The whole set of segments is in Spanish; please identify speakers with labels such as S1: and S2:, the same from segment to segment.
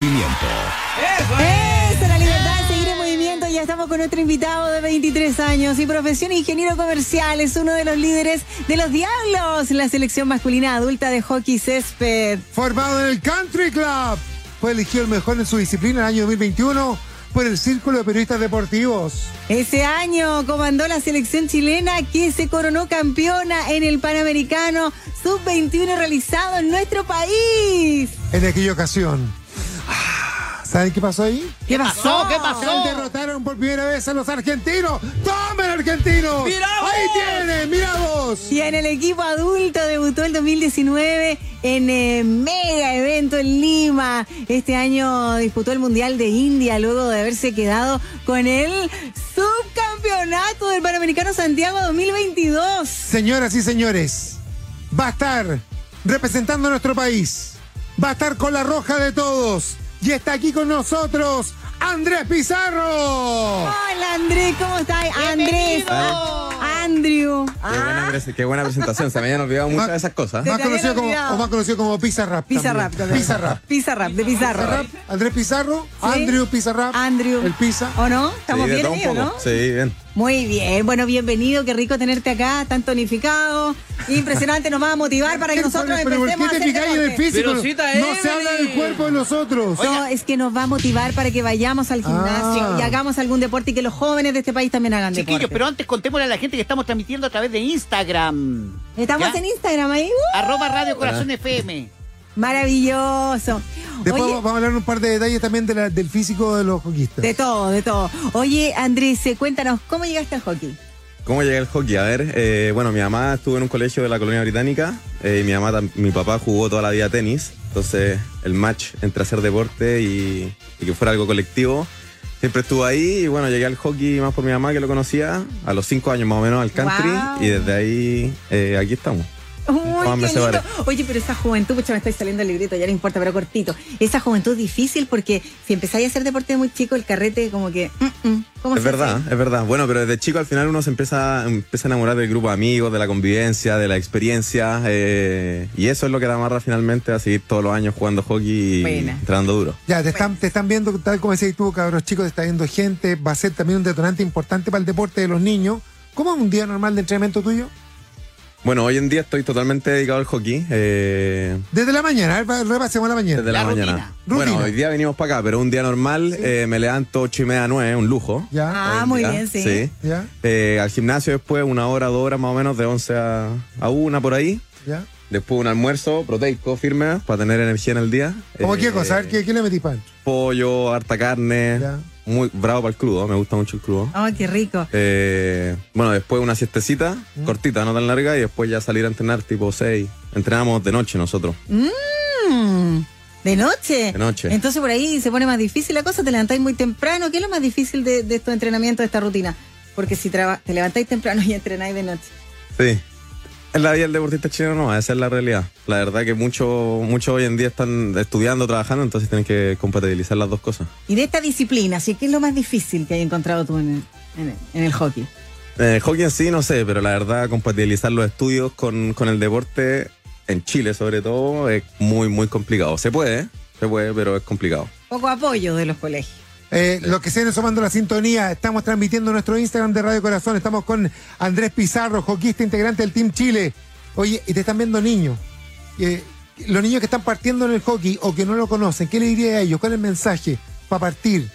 S1: Eso, la libertad de seguir en movimiento. Ya estamos con nuestro invitado de 23 años y profesión ingeniero comercial. Es uno de los líderes de los Diablos, la selección masculina adulta de hockey césped.
S2: Formado en el Country Club. Fue elegido el mejor en su disciplina en el año 2021 por el Círculo de Periodistas Deportivos.
S1: Ese año comandó la selección chilena que se coronó campeona en el Panamericano Sub-21 realizado en nuestro país.
S2: En aquella ocasión. Ah, ¿Saben qué pasó ahí?
S1: ¿Qué pasó? ¿Qué
S2: Al Derrotaron por primera vez a los argentinos. ¡Tomen argentinos!
S3: ¡Miramos!
S2: ¡Ahí tienen! ¡Miramos!
S1: Y en el equipo adulto debutó el 2019 en eh, mega evento en Lima. Este año disputó el Mundial de India luego de haberse quedado con el subcampeonato del Panamericano Santiago 2022.
S2: Señoras y señores, va a estar representando a nuestro país. Va a estar con la roja de todos. Y está aquí con nosotros Andrés Pizarro.
S1: Hola Andrés, ¿cómo estás? Andrés. Andrew.
S4: Qué buena, pres- qué buena presentación. Se me habían olvidado muchas de esas cosas.
S1: Se
S2: Más
S1: Ah. te habían
S2: conocido, como,
S1: olvidado.
S2: o más conocido como Pizarrap.
S1: Pizarrap.
S2: también. Pizarrap.
S1: Pizarrap, de Pizarro.
S2: Pizarrap, Andrés Pizarro, Andrew Pizarrap.
S1: Andrew.
S2: El Pizza.
S1: ¿O no? ¿Estamos
S4: Sí, de
S1: bien
S4: todo un
S1: ahí, o
S4: poco.
S1: no?
S4: Sí, bien.
S1: Muy bien, bueno, bienvenido, qué rico tenerte acá, tan tonificado, impresionante, nos va a motivar para que nosotros
S2: pero, ¿por
S1: empecemos a
S2: qué te
S1: hacer
S2: picáis en el
S1: deporte.
S2: físico?
S3: Pero cita
S2: no se
S3: Evelyn.
S2: habla del cuerpo de los otros.
S1: No, es que nos va a motivar para que vayamos al gimnasio
S2: Ah.
S1: y hagamos algún deporte y que los jóvenes de este país también hagan
S3: Chiquillos,
S1: deporte.
S3: pero antes contémosle a la gente que estamos transmitiendo a través de Instagram.
S1: Estamos
S3: ¿Ya?
S1: en Instagram ahí, ¡uh!
S3: Arroba Radio
S4: Ah.
S3: Corazón FM.
S1: maravilloso.
S2: Después
S1: Oye,
S2: vamos a hablar un par de detalles también de la- del físico de los hockeyistas.
S1: de todo, de todo. Oye, Andrés, eh, cuéntanos, ¿cómo llegaste al hockey?
S4: ¿Cómo llegué al hockey? A ver, eh, bueno, mi mamá estuvo en un colegio de la colonia británica. eh, y mi, mamá, tam- mi papá jugó toda la vida tenis. Entonces, el match entre hacer deporte y, y que fuera algo colectivo siempre estuvo ahí. Y bueno, llegué al hockey más por mi mamá que lo conocía a los cinco años más o menos al country.
S1: Wow.
S4: Y desde ahí, eh, aquí estamos.
S1: Uy,
S4: Juan, me
S1: qué
S4: separé.
S1: lindo. Oye, pero esa juventud, pucha, me estoy saliendo el librito, ya no importa, pero cortito. Esa juventud difícil porque si empezáis a hacer deporte muy chico, el carrete como que... mm, mm, ¿cómo
S4: Es
S1: se
S4: verdad,
S1: hace?
S4: es verdad. Bueno, pero desde chico al final uno se empieza, empieza a enamorar del grupo de amigos, de la convivencia, de la experiencia. eh, y eso es lo que te amarra finalmente a seguir todos los años jugando hockey y
S1: Buena.
S4: entrando duro.
S2: Ya,
S1: pues.
S2: te están, te están viendo, tal como decías tú, cabros chicos, te está viendo gente. Va a ser también un detonante importante para el deporte de los niños. ¿Cómo es un día normal de entrenamiento tuyo?
S4: Bueno, hoy en día estoy totalmente dedicado al hockey. eh,
S2: Desde la mañana, a ver, va- repasemos la mañana.
S4: desde la,
S3: La rutina.
S4: mañana.
S2: Rutina.
S4: Bueno, hoy día venimos para acá, pero un día normal eh, me levanto ocho y media, nueve, un lujo.
S2: Ya,
S1: Ah,
S4: Hoy en
S1: muy
S4: día,
S1: bien, sí.
S2: ya,
S4: Eh, al gimnasio después una hora, dos horas más o menos, de 11 a, a una por ahí.
S2: ya.
S4: Después un almuerzo proteico firme para tener energía en el día.
S2: ¿Cómo
S4: Eh,
S2: qué cosa? A ver, ¿qué, qué le metís pan?
S4: pollo, harta carne.
S2: Ya. Ah.
S4: Muy bravo para el crudo, me gusta mucho el crudo.
S1: Ay, Oh, qué rico.
S4: Eh, bueno, después una siestecita,
S2: Mm.
S4: cortita, no tan larga, y después ya salir a entrenar tipo 6. Entrenamos de noche nosotros.
S1: Mm, ¿De noche?
S4: De noche.
S1: Entonces por ahí se pone más difícil la cosa, te levantáis muy temprano. ¿Qué es lo más difícil de, de estos entrenamientos, de esta rutina? Porque si traba- te levantáis temprano y entrenáis de noche.
S4: Sí. En la vida del deportista chileno no, esa es la realidad. La verdad que muchos muchos hoy en día están estudiando, trabajando, entonces tienen que compatibilizar las dos cosas.
S1: Y de esta disciplina, ¿sí? ¿qué es lo más difícil que hay encontrado tú en el, en el- en el hockey?
S4: Eh, El hockey en sí, no sé, pero la verdad, compatibilizar los estudios con, con el deporte, en Chile sobre todo, es muy, muy complicado. Se puede, se puede, pero es complicado.
S1: Poco apoyo de los colegios.
S2: Eh, los que se vienen sumando a la sintonía, estamos transmitiendo nuestro Instagram de Radio Corazón. Estamos con Andrés Pizarro, hockeyista integrante del Team Chile. Oye, y te están viendo niños. Eh, los niños que están partiendo en el hockey o que no lo conocen, ¿qué le diría a ellos? ¿Cuál es el mensaje para partir?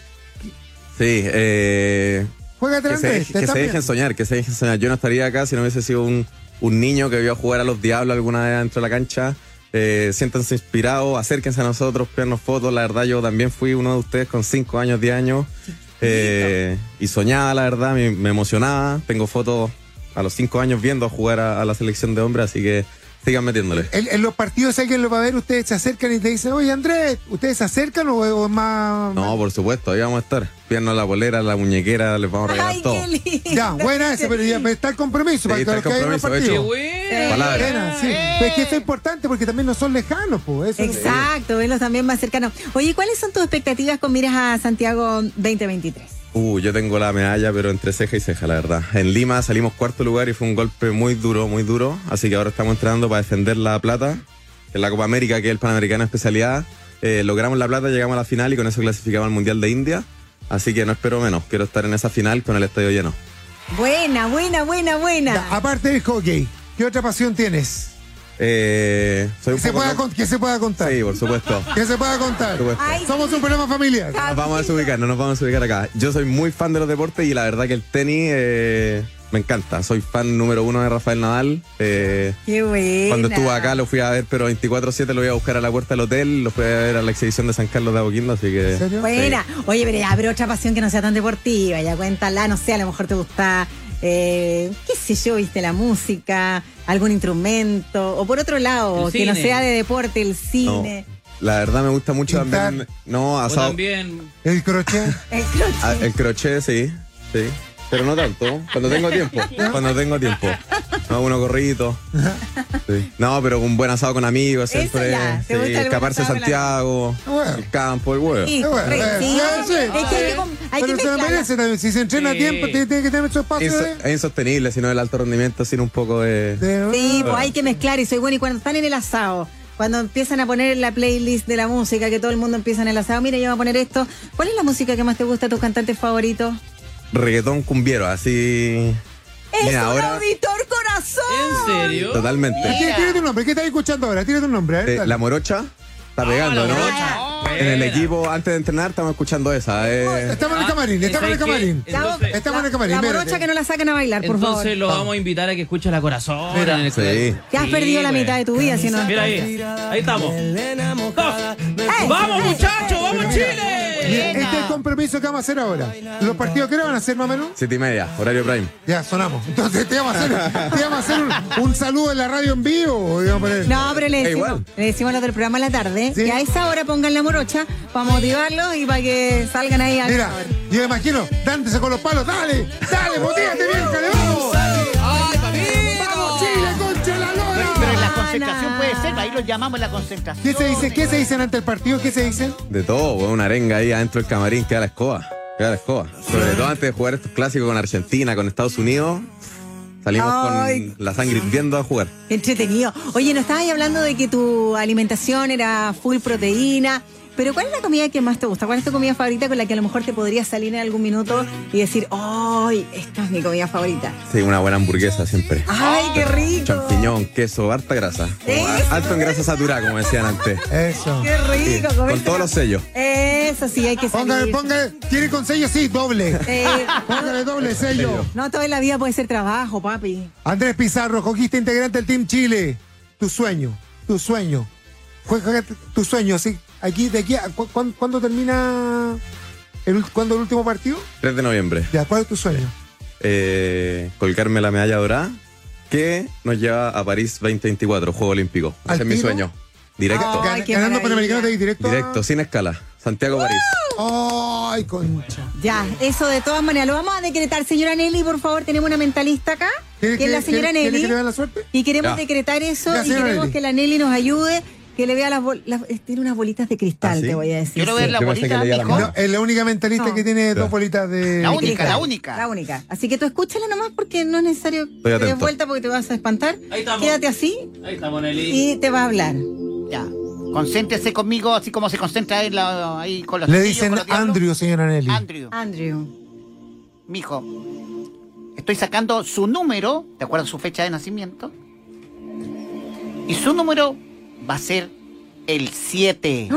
S4: Sí, eh,
S2: Juégate
S4: que se,
S2: Andrés, te
S4: deje- que
S2: están
S4: se dejen
S2: viendo.
S4: soñar, que se dejen soñar. Yo no estaría acá si no hubiese sido un, un niño que vio jugar a los diablos alguna vez dentro de la cancha. Eh, siéntanse inspirados, acérquense a nosotros, pídanos fotos. La verdad, yo también fui uno de ustedes con 5 años, 10 años. eh, y soñaba, la verdad, me, me emocionaba. Tengo fotos a los 5 años viendo jugar a, a la selección de hombres, así que Sigan metiéndole.
S2: En, en los partidos, si alguien lo va a ver, ustedes se acercan y te dicen, oye Andrés, ¿ustedes se acercan o, o es más.?
S4: No, por supuesto, ahí vamos a estar. Pierna a la bolera, la muñequera, les vamos a regalar
S1: Ay,
S4: todo.
S1: qué lindo.
S2: Ya, buena esa, pero ya pero está el compromiso
S4: Sí,
S2: para
S4: está
S2: que los
S4: el
S2: que hay en los
S4: compromiso, de
S2: partidos.
S4: hecho.
S1: Eh,
S4: Palabra.
S2: Buena, sí. Pero es que esto es importante porque también no son lejanos, pues. Eso
S1: Exacto, verlos también más cercanos. Oye, ¿cuáles son tus expectativas con miras a Santiago 2023?
S4: Uh, yo tengo la medalla, pero entre ceja y ceja, la verdad. En Lima salimos cuarto lugar y fue un golpe muy duro, muy duro. Así que ahora estamos entrenando para defender la plata. En la Copa América, que es el Panamericano especialidad, eh, logramos la plata, llegamos a la final y con eso clasificamos al Mundial de India. Así que no espero menos, quiero estar en esa final con el estadio lleno.
S1: Buena, buena, buena, buena.
S4: ah,
S2: Ya, aparte del hockey, ¿qué otra pasión tienes?
S4: Eh, soy
S2: Que
S4: un
S2: se,
S4: poco
S2: pueda,
S4: loco.
S2: con- que se pueda contar.
S4: Sí, por supuesto.
S2: Que se pueda contar.
S4: Por supuesto.
S1: Ay, Ah.
S2: Somos un programa familiar.
S4: Nos vamos a desubicar, no nos vamos a ubicar acá. Yo soy muy fan de los deportes y la verdad que el tenis eh, me encanta. Soy fan número uno de Rafael Nadal. Eh,
S1: qué buena.
S4: Cuando estuvo acá lo fui a ver, pero 24-7 lo voy a buscar a la puerta del hotel, lo fui a ver a la exhibición de San Carlos de Apoquindo, así que...
S2: ¿En serio?
S1: Buena. Oye, pero, ya, pero otra pasión que no sea tan deportiva, ya cuéntala, no sé, a lo mejor te gusta, eh, qué sé yo, viste la música, algún instrumento, o por otro lado,
S5: El
S1: que no
S5: cine.
S1: sea de deporte, el
S4: No,
S1: cine,
S4: la verdad me gusta mucho
S2: Pintar.
S4: también... No,
S5: O
S4: asado...
S5: también.
S2: El crochet.
S1: el crochet.
S4: Ah, el crochet, sí, sí. Pero no tanto, cuando tengo tiempo, cuando tengo tiempo. No, uno corrito. Sí. No, pero un buen asado con amigos,
S1: Eso
S4: siempre.
S1: ya, ¿te gusta
S4: sí,
S1: el buen
S4: escaparse a
S1: asado con
S4: Santiago,
S2: Bueno.
S4: el campo, el huevo.
S1: Sí,
S2: Eh, bueno,
S1: re-
S2: eh,
S1: sí,
S2: eh, sí.
S1: es que hay que,
S5: Ah,
S1: com- hay que
S2: Pero se lo
S1: mezclarla.
S2: merece también. Si se entrena a
S5: Sí.
S2: tiempo, tiene, tiene que tener su espacio.
S4: Inso-
S2: de-
S4: es insostenible, sino el alto rendimiento, sin un poco de...
S2: de-
S1: Sí,
S4: Ah.
S1: pues hay que mezclar y soy bueno. Y cuando están en el asado, cuando empiezan a poner la playlist de la música, que todo el mundo empieza en el asado, mira, yo voy a poner esto. ¿Cuál es la música que más te gusta, tus cantantes favoritos?
S4: Reggaetón cumbiero, así...
S1: ¡Es
S4: Mira,
S1: un
S4: ahora-
S1: auditor corazón!
S5: ¿En serio?
S4: Totalmente.
S2: Tira- Tírate un nombre. ¿Qué estás escuchando ahora? Tírate un nombre. eh,
S4: Eh,
S2: dale.
S4: la morocha
S1: Ah,
S4: está
S5: Ah,
S4: pegando, ¿no? En el equipo, antes de entrenar, estamos escuchando esa. eh.
S2: Estamos en el camarín. Estamos en el camarín.
S5: Ah, Entonces-
S1: Chao,
S5: Entonces-
S2: Estamos en
S1: la,
S2: el camarín,
S1: la
S2: espérate.
S1: morocha que no la sacan a bailar, por favor.
S5: Entonces lo vamos a invitar a que escuche la corazón.
S2: Mira,
S5: en el-
S4: sí.
S1: Ya has
S5: Sí,
S1: perdido la
S5: güey.
S1: mitad de tu vida, si no.
S5: Mira ahí. Ahí estamos. Ah,
S1: ¡Eh!
S5: ¡Vamos, muchachos!
S2: Pero
S5: ¡Vamos,
S2: mira,
S5: Chile!
S2: mira, este es el compromiso que vamos a hacer ahora. ¿Los partidos que van a hacer más o menos?
S4: Siete y media, horario prime.
S2: Ya, sonamos. Entonces te vamos a hacer, te vamos a hacer un, un saludo en la radio en vivo. digamos, por el-
S1: No, pero le
S4: Da
S1: decimos,
S4: igual.
S1: le decimos lo del programa en la tarde.
S2: Sí.
S1: Que a esa hora pongan la morocha para motivarlos y para que salgan ahí a
S2: Mira, yo me imagino, Dante sacó los palos. Dale, dale, motívate, vieja, le vamos. ¡Vamos, Chile, concha la lora!
S3: Pero en
S1: Ah,
S3: la concentración puede ser, ahí lo llamamos la concentración.
S2: ¿Qué se dice? ¿Qué se dicen ante el partido? ¿Qué se dicen?
S4: De todo, weón, una arenga ahí adentro del camarín, queda la escoba. Queda la escoba. Sobre todo antes de jugar estos clásicos con Argentina, con Estados Unidos, salimos
S1: Ay.
S4: con la sangre hirviendo a jugar.
S1: Entretenido. Oye, nos estabas ahí hablando de que tu alimentación era full proteína. Pero ¿cuál es la comida que más te gusta? ¿Cuál es tu comida favorita con la que a lo mejor te podrías salir en algún minuto y decir, ¡ay, esta es mi comida favorita!
S4: Sí, una buena hamburguesa siempre.
S1: ¡Ay, qué
S4: Ah,
S1: rico!
S4: Champiñón, queso, harta grasa. Como a- Alto en grasa saturada, como decían antes.
S2: Eso.
S1: ¡Qué
S4: Sí,
S1: rico!
S4: con
S1: comértelo.
S4: todos los sellos.
S1: Eso sí, hay que
S2: Póngale,
S1: salir.
S2: póngale. ¿Tiene consejo? Sí, doble.
S1: Eh,
S2: Póngale doble sello.
S1: no, toda la vida puede ser trabajo, papi.
S2: Andrés Pizarro, conquista integrante del Team Chile. Tu sueño, tu sueño. Juega tu sueño, sí. Aquí, de aquí, a- cu- cuán- ¿cuándo termina? El, ul- ¿Cuándo el último partido?
S4: 3 de noviembre.
S2: Ya, ¿cuál es tu sueño?
S4: eh, colgarme la medalla dorada que nos lleva a París 2024, Juego Olímpico.
S2: ¿Al
S4: Ese es mi
S2: tiro?
S4: sueño. Directo.
S1: Ah,
S2: Gan-
S1: qué
S2: Ganando
S1: maravilla.
S2: Panamericano de ahí directo. a-
S4: Directo, sin escala. Santiago, París.
S2: Ay, concha.
S1: Ya, eso de todas maneras. Lo vamos a decretar. Señora Nelly, por favor, tenemos una mentalista acá, que
S2: ¿Quiere
S1: es la
S2: que-
S1: señora
S2: quiere- quiere
S1: Nelly.
S2: que le vean la suerte?
S1: Y queremos
S4: Ya.
S1: decretar eso y
S2: Ya, señora
S1: queremos
S2: Nelly.
S1: que la Nelly nos ayude, que le vea las, bol- las- eh, tiene unas bolitas de cristal,
S4: ¿Ah, sí?
S1: te voy a decir.
S3: Quiero ver la
S4: Yo pensé que
S3: bolita,
S4: leía la
S3: mijo.
S4: mano.
S2: No, es la única mentalista
S1: No.
S2: que tiene dos bolitas de.
S3: La
S1: De
S3: única,
S1: cristal.
S3: la única.
S1: La única. Así que tú escúchala nomás porque no es necesario que le des
S4: atento.
S1: vuelta porque te vas a espantar.
S5: Ahí estamos.
S1: Quédate así
S5: Ahí estamos, Nelly.
S1: y te va a hablar.
S3: Ya. Concéntrese conmigo, así como se concentra ahí, la- ahí con los
S2: Le
S3: chiquillos,
S2: dicen
S3: con los diablos.
S2: Andrew, señora Nelly.
S3: Andrew.
S1: Ah. Andrew.
S3: Mijo, estoy sacando su número, ¿te acuerdas su fecha de nacimiento? Y su número va a ser el 7.
S1: Qué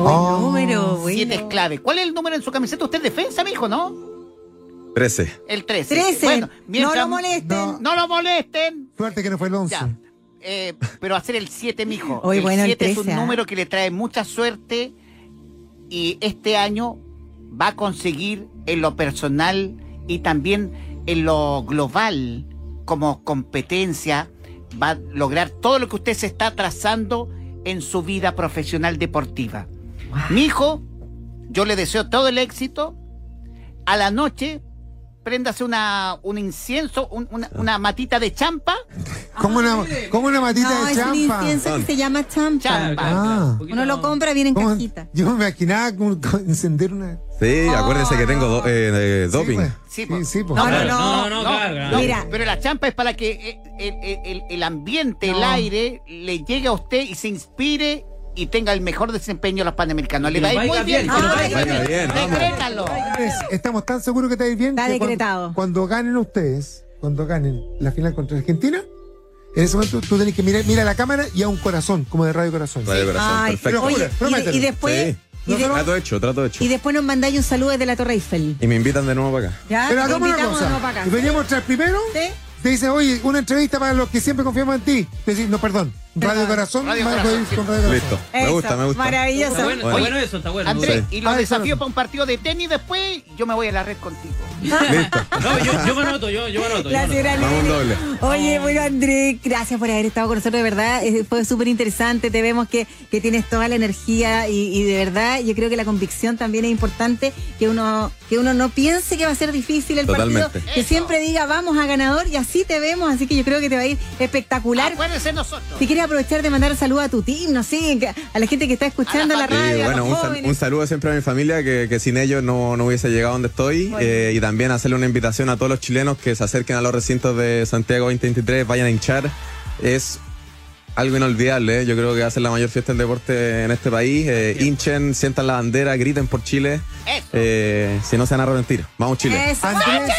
S1: buen
S2: Oh.
S1: número,
S3: 7 es
S1: bueno.
S3: clave. ¿Cuál es el número en su camiseta? Usted es defensa, mijo, ¿no?
S4: 13.
S3: El 13.
S1: 13.
S3: Bueno, mientras-
S1: No lo molesten.
S2: No.
S3: No lo molesten.
S2: Suerte que no fue el 11.
S3: Ya. Eh, pero hacer el 7, mijo.
S1: Hoy,
S3: el
S1: bueno, el
S3: 7 es un
S1: 13, ¿ah?
S3: número que le trae mucha suerte y este año va a conseguir en lo personal y también en lo global como competencia va a lograr todo lo que usted se está trazando en su vida profesional deportiva. Mi hijo, yo le deseo todo el éxito. A la noche, préndase una, un incienso, un- una, una matita de champa.
S2: Como una, como una matita
S6: No,
S2: de
S6: es un
S2: champa.
S6: incienso que se llama champa.
S3: Champa.
S2: Ah.
S6: Uno lo compra, viene en
S2: ¿Cómo?
S6: cajita.
S2: Yo me imaginaba como- como encender una.
S4: Sí,
S1: Ah,
S4: acuérdense que tengo do- eh, eh,
S2: Sí,
S4: doping.
S2: pues.
S3: Sí, pues.
S2: sí, pues.
S1: No,
S5: Claro,
S1: no,
S5: no, no,
S3: No,
S5: claro,
S3: no,
S5: claro.
S1: Mira.
S3: Pero la champa es para que eh, el, el- el- el ambiente, el
S1: No.
S3: aire, le llegue a usted y se inspire y tenga el mejor desempeño en los Panamericanos. Le
S5: Que
S3: va a
S5: nos
S3: ir muy
S5: vaya
S3: bien.
S5: bien, que
S3: Ay,
S5: nos
S4: vaya bien. Vaya bien, vamos.
S3: decrétalo.
S2: Señores, Estamos tan seguros que está bien.
S1: Está
S2: que cuando-
S1: decretado.
S2: Cuando, ganen ustedes, cuando ganen la final contra Argentina, en ese momento tú tenés que mirar, mira la cámara y a un corazón, como de Radio Corazón.
S4: Radio Corazón,
S1: Ay,
S4: perfecto.
S2: lo
S1: Oye,
S2: juro, promételo.
S1: y, y después,
S4: Sí.
S1: y, de-
S4: Trato hecho, trato hecho.
S1: y después nos mandáis un saludo desde la Torre Eiffel.
S4: Y me invitan de nuevo para acá.
S1: ¿Ya?
S2: Pero
S1: Ah, Te
S2: hagamos una
S1: invitamos de nuevo
S2: cosa.
S1: para acá.
S2: Veníamos tras primero.
S1: Sí.
S2: Te dice, oye, una entrevista para los que siempre confiamos en ti. Te dice, no, perdón, Radio Corazón,
S3: Radio
S2: Marco
S3: Corazón,
S2: Ibs
S3: sí.
S2: con Radio Corazón.
S4: Listo. Me
S1: Eso,
S4: gusta, me gusta.
S5: Está
S1: Maravilloso.
S5: bueno, está
S4: Oye.
S5: bueno eso, está bueno.
S3: Andrés, y los
S2: Ah, eso
S3: desafío
S2: no.
S3: para un partido de tenis después, yo me voy a la red contigo.
S4: Listo.
S5: No, yo, yo me anoto, yo, yo me anoto. yo me
S1: La
S5: anoto.
S1: señora
S4: Vamos
S1: Lili.
S4: doble.
S1: Oye, bueno, André, gracias por haber estado con nosotros, de verdad. eh, Fue súper interesante. Te vemos que, que tienes toda la energía y, y de verdad yo creo que la convicción también es importante que uno, que uno no piense que va a ser difícil el partido.
S4: Totalmente.
S1: Que
S3: Eso.
S1: siempre diga, vamos a ganador y así te vemos. Así que yo creo que te va a ir espectacular.
S3: Acuérdense nosotros.
S1: Si quieres aprovechar de mandar saludos a tu team, no sé, que- a la gente que está escuchando
S3: A
S1: la,
S3: la
S4: Sí,
S1: radio, a
S4: bueno,
S1: los
S4: un, sal-
S1: jóvenes.
S4: un saludo siempre a mi familia, que, que sin ellos no, no hubiese llegado donde estoy. Eh, y también hacerle una invitación a todos los chilenos que se acerquen a los recintos de Santiago 2023, vayan a hinchar. Es algo inolvidable, ¿eh? yo creo que va a ser la mayor fiesta del deporte en este país. Eh, hinchen, sientan la bandera, griten por Chile.
S3: Eso.
S4: Eh, si no se van a arrepentir. Vamos Chile.
S1: Eso.
S2: Andrés,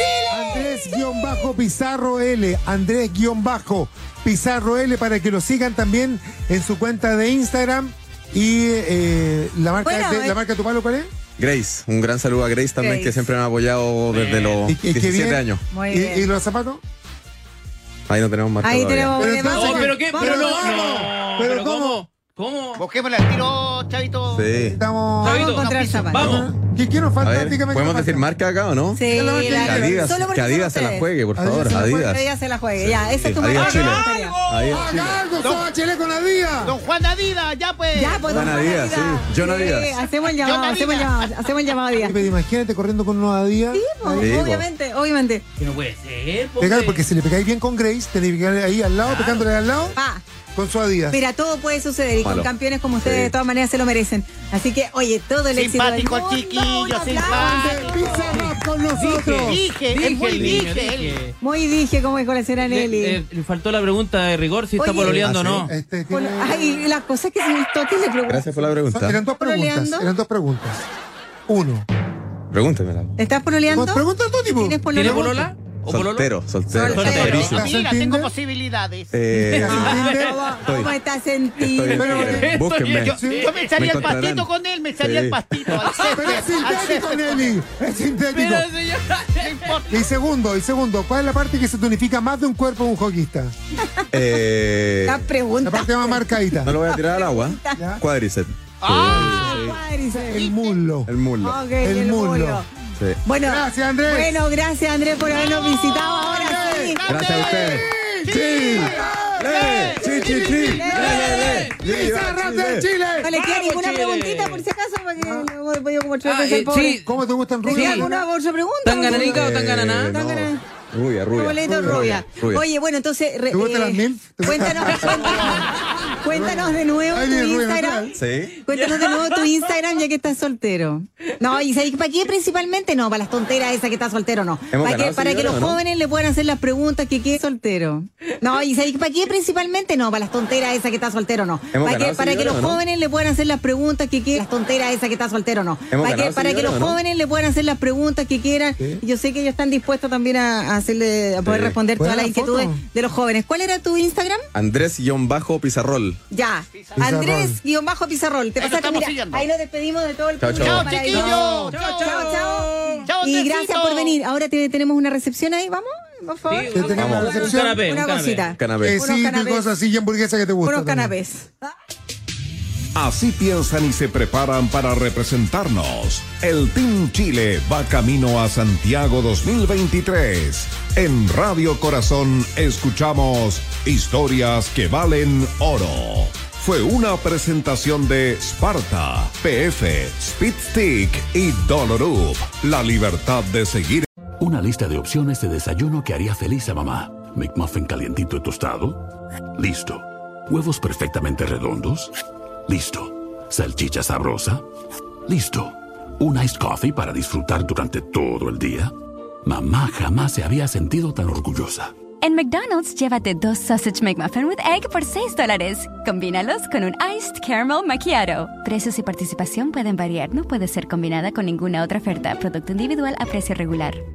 S2: Andrés guión bajo Pizarro L, Andrés guión bajo Pizarro L para que lo sigan también en su cuenta de Instagram y eh, la marca
S1: Bueno,
S2: de,
S1: eh.
S2: la marca de tu palo cuál es?
S4: Grace, un gran saludo a Grace también,
S1: Grace.
S4: que siempre me ha apoyado desde los
S2: Y- y qué
S4: 17
S2: bien.
S4: años.
S1: Muy
S2: ¿Y,
S1: bien.
S2: y los zapatos?
S4: Ahí no tenemos más.
S1: Ahí tenemos
S2: Pero
S1: bueno,
S2: entonces-
S1: vamos.
S5: No, pero qué, pero no, no.
S2: Pero
S5: Pero cómo, cómo.
S3: Busquémosle al tiro, Chavito.
S4: Sí.
S2: Estamos
S5: Chavito,
S1: Vamos a encontrar
S5: no,
S1: zapatos.
S5: Vamos.
S2: ¿Qué, qué nos
S4: A
S2: falta?
S4: ver,
S2: Dígame qué
S4: ¿podemos
S2: nos
S4: decir
S2: falta.
S4: marca acá o no?
S1: Sí,
S2: Solo porque
S1: la-
S4: Que
S2: Claro,
S4: Adidas,
S1: solo porque
S4: que
S1: son
S4: Adidas se la
S1: ustedes.
S4: juegue, por
S2: Adidas
S4: favor.
S2: se la juegue,
S4: Adidas.
S1: Pero Pues, ella se la juegue. Ya, esa es tu
S4: Adiós,
S1: marca.
S4: Chile.
S1: Adiós.
S4: Adidas, Chile.
S2: ¡Haga algo! ¡Somos Chile con la
S3: Don
S2: día!
S3: Juan Adida, ya pues.
S1: Ya, pues,
S4: Juan
S1: don
S4: Adidas,
S1: Juan
S4: sí. John
S1: Sí,
S4: Adidas.
S1: Hacemos el llamado,
S3: John
S1: hacemos el
S3: Adidas.
S1: llamado, hacemos el llamado Adidas.
S2: Pero Imagínate corriendo con unos Adidas.
S1: Ob-
S4: Sí, po.
S1: obviamente, obviamente.
S5: Que no puede ser, po,
S2: Pegar,
S5: hombre.
S2: porque si le pegáis bien con Grace, tenéis que pegarle ahí al lado, pegándole al lado,
S1: Pa,
S2: con su Adidas.
S1: mira, todo puede suceder y con
S4: Malo.
S1: campeones como ustedes
S4: Sí.
S1: de todas maneras se lo merecen. Así que, oye, todo el éxito
S3: Simpático
S1: del mundo,
S3: chiquillo,
S1: un aplauso.
S3: simpático.
S2: Pizarro con
S1: pues.
S2: nosotros!
S3: Dije,
S5: Dije,
S3: él fue el
S5: dije,
S3: dije, él.
S5: dije.
S1: Muy dije, como dijo la señora
S5: Le,
S1: Nelly.
S5: le- le faltó la pregunta de rigor si está
S1: Oye.
S5: pololeando o no.
S2: Este,
S1: Bueno,
S2: tiene-
S1: ay, las cosas que se me toque le pregunto.
S4: Gracias por la
S2: Son-
S4: pregunta.
S2: eran dos
S1: ¿Pololeando?
S2: preguntas. Eran dos preguntas. Uno.
S4: Pregúntemela.
S1: ¿Estás pololeando?
S2: Bueno, Pregunta de todo tipo.
S1: ¿Tienes
S5: ¿Tiene
S1: polola?
S5: polola? ¿O pololo?
S4: Soltero, soltero.
S1: Soltero.
S4: solterísimo.
S2: ¿Estás en
S3: Mira, tengo
S2: Tinder?
S3: posibilidades.
S4: Eh,
S1: Ah, ¿Cómo, cómo
S4: Estoy.
S1: estás
S4: estoy en
S1: sentido?
S2: Pero-
S4: Tinder. Eh, Búsquenme.
S3: Yo,
S2: Sí.
S3: yo me echaría
S4: Me
S3: el pastito
S4: encontrarán.
S3: con él, me echaría
S4: Sí.
S3: el pastito al césped,
S2: Pero es
S3: al
S2: sintético,
S3: césped.
S2: Nelly. Es sintético.
S5: Pero señora.
S3: No importa.
S2: Y segundo, y segundo, ¿cuál es la parte que se tonifica más de un cuerpo de un hockeyista?
S4: Eh,
S1: Las
S2: La
S1: preguntas.
S2: parte más marcadita.
S4: no lo voy a tirar al agua.
S2: Ya.
S4: Cuádriceps.
S3: Ah,
S2: El muslo.
S4: El muslo.
S1: Ok,
S2: El
S1: el
S2: muslo.
S1: muslo.
S4: Sí.
S1: Bueno,
S2: Gracias, Andrés.
S1: Bueno, gracias, Andrés, por habernos visitado. Ahora sí.
S4: Gracias a ustedes. Chile. Chile. Chile. Chile.
S2: ¡Pizarro de
S1: No
S4: Chile.
S2: Chile!
S1: le queda
S5: Vamos,
S1: ninguna
S5: Chile.
S1: preguntita, por si acaso, porque lo hemos podido como tres
S5: Ah,
S1: veces,
S5: eh,
S1: pobre.
S5: sí.
S2: ¿Cómo te gustan
S1: ¿Tenía
S2: rubias?
S1: alguna otra pregunta?
S5: ¿Tanganarica o
S4: Eh,
S5: tangananá?
S4: no. Rubia, rubia.
S1: Boleto rubia.
S4: rubia.
S1: Oye, bueno, entonces. re-
S2: ¿Te gustan
S1: eh,
S2: las MILF? ¿Te gustan?
S1: Cuéntanos, cuéntanos, cuéntanos de nuevo
S2: Ay,
S1: tu
S2: bien, rubia,
S1: Instagram.
S2: natural.
S4: Sí.
S1: Cuéntanos de nuevo tu Instagram ya que estás soltero. No, y ¿sabes para qué principalmente? No, para las tonteras esas que estás soltero, no.
S4: Hemos
S1: Para que,
S4: ganado
S1: para que los
S4: seguidores, ¿no?
S1: jóvenes le puedan hacer las preguntas que quede soltero. No, y ¿sabes para qué principalmente? No, para las tonteras esas que estás soltero, no.
S4: Hemos
S1: Para que,
S4: ganado
S1: para que los
S4: seguidores, ¿no?
S1: jóvenes le puedan hacer las preguntas que quieran. Las tonteras esas que estás soltero, no.
S4: Hemos
S1: Para que,
S4: ganado
S1: para que los
S4: seguidores, ¿no?
S1: jóvenes le puedan hacer las preguntas que quieran.
S4: Sí.
S1: Yo sé que ellos están dispuestos también a, a hacerle, a poder
S4: Sí.
S1: responder todas
S2: Buena
S1: las inquietudes
S2: foto.
S1: de los jóvenes. ¿Cuál era tu Instagram?
S4: Andrés-Pizarrol.
S1: Ya.
S2: Pizarrón.
S1: Andrés guión bajo Pizarrol. Te
S3: Eso
S1: pasaste,
S3: estamos
S1: mira,
S3: siguiendo.
S1: ahí nos despedimos de todo el
S4: Chao,
S1: público
S4: chao.
S3: Chao,
S1: maravilloso.
S3: chiquillos.
S5: Chao,
S1: Chao, chao.
S3: Chao,
S1: Y
S3: Andresito.
S1: gracias por venir. Ahora te- tenemos una recepción ahí, vamos, por favor.
S5: Sí,
S2: Te tenemos la
S4: Vamos.
S5: Un
S2: recepción.
S5: canapé, un
S1: una
S5: canapé.
S1: cosita.
S4: Canapé.
S2: Eh,
S1: Unos
S2: sí,
S1: canapés.
S2: cosas así y hamburguesa que te gustan.
S1: Unos
S2: también.
S1: canapés.
S7: Así piensan y se preparan para representarnos. El Team Chile va camino a Santiago 2023. En Radio Corazón escuchamos historias que valen oro. Fue una presentación de Sparta, PF, Speedstick y Dolorup. La libertad de seguir.
S8: Una lista de opciones de desayuno que haría feliz a mamá. McMuffin calientito y tostado. Listo. Huevos perfectamente redondos. Listo. Salchicha sabrosa. Listo. Un iced coffee para disfrutar durante todo el día. Mamá jamás se había sentido tan orgullosa.
S9: En McDonald's, llévate dos Sausage McMuffin with Egg por 6 dólares. Combínalos con un Iced Caramel Macchiato. Precios y participación pueden variar. No puede ser combinada con ninguna otra oferta. Producto individual a precio regular.